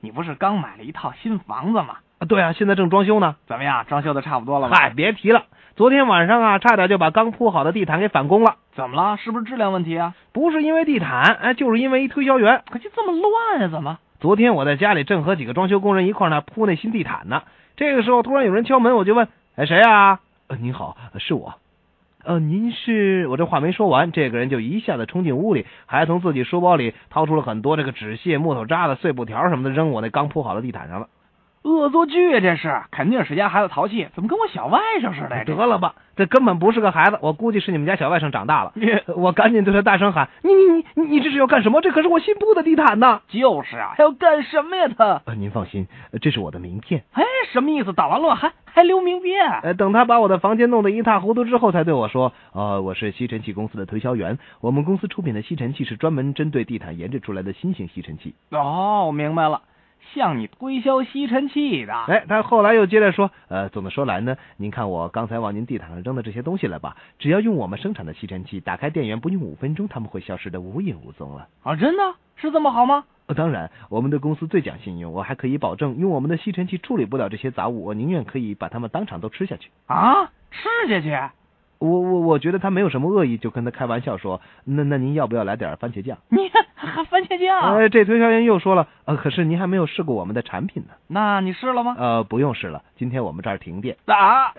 你不是刚买了一套新房子吗？啊，对啊，现在正装修呢。怎么样，装修的差不多了吗？嗨，别提了，昨天晚上啊，差点就把刚铺好的地毯给返工了。怎么了？是不是质量问题啊？不是因为地毯，哎，就是因为一推销员。可就这么乱啊？怎么？昨天我在家里正和几个装修工人一块儿呢铺那新地毯呢，这个时候突然有人敲门，我就问：“哎，谁啊？”“呃，您好，是我。”“呃，您是……”我这话没说完，这个人就一下子冲进屋里，还从自己书包里掏出了很多这个纸屑、木头渣子、碎布条什么的，扔我那刚铺好的地毯上了。恶作剧啊！这是，肯定是谁家孩子淘气，怎么跟我小外甥似的呀？这得了吧，这根本不是个孩子，我估计是你们家小外甥长大了。你 我赶紧对他大声喊：“你你你你这是要干什么？这可是我新铺的地毯呢！” 就是啊，还要干什么呀他？呃，您放心，呃这是我的名片。哎，什么意思？捣完乱还还留名片？呃，等他把我的房间弄得一塌糊涂之后，才对我说：“呃，我是吸尘器公司的推销员，我们公司出品的吸尘器是专门针对地毯研制出来的新型吸尘器。哦，我明白了，向你推销吸尘器的。”哎，他后来又接着说：“呃，总的说来呢，您看我刚才往您地毯上扔的这些东西了吧？只要用我们生产的吸尘器，打开电源不用五分钟，它们会消失的无影无踪了。啊，真的是这么好吗？呃当然，我们的公司最讲信用，我还可以保证，用我们的吸尘器处理不了这些杂物，我宁愿可以把它们当场都吃下去。”啊，吃下去？我我我觉得他没有什么恶意，就跟他开玩笑说，那那您要不要来点番茄酱？你看还番茄酱？呃，这推销员又说了，呃，可是您还没有试过我们的产品呢。那你试了吗？呃，不用试了，哎今天我们这儿停电。啊！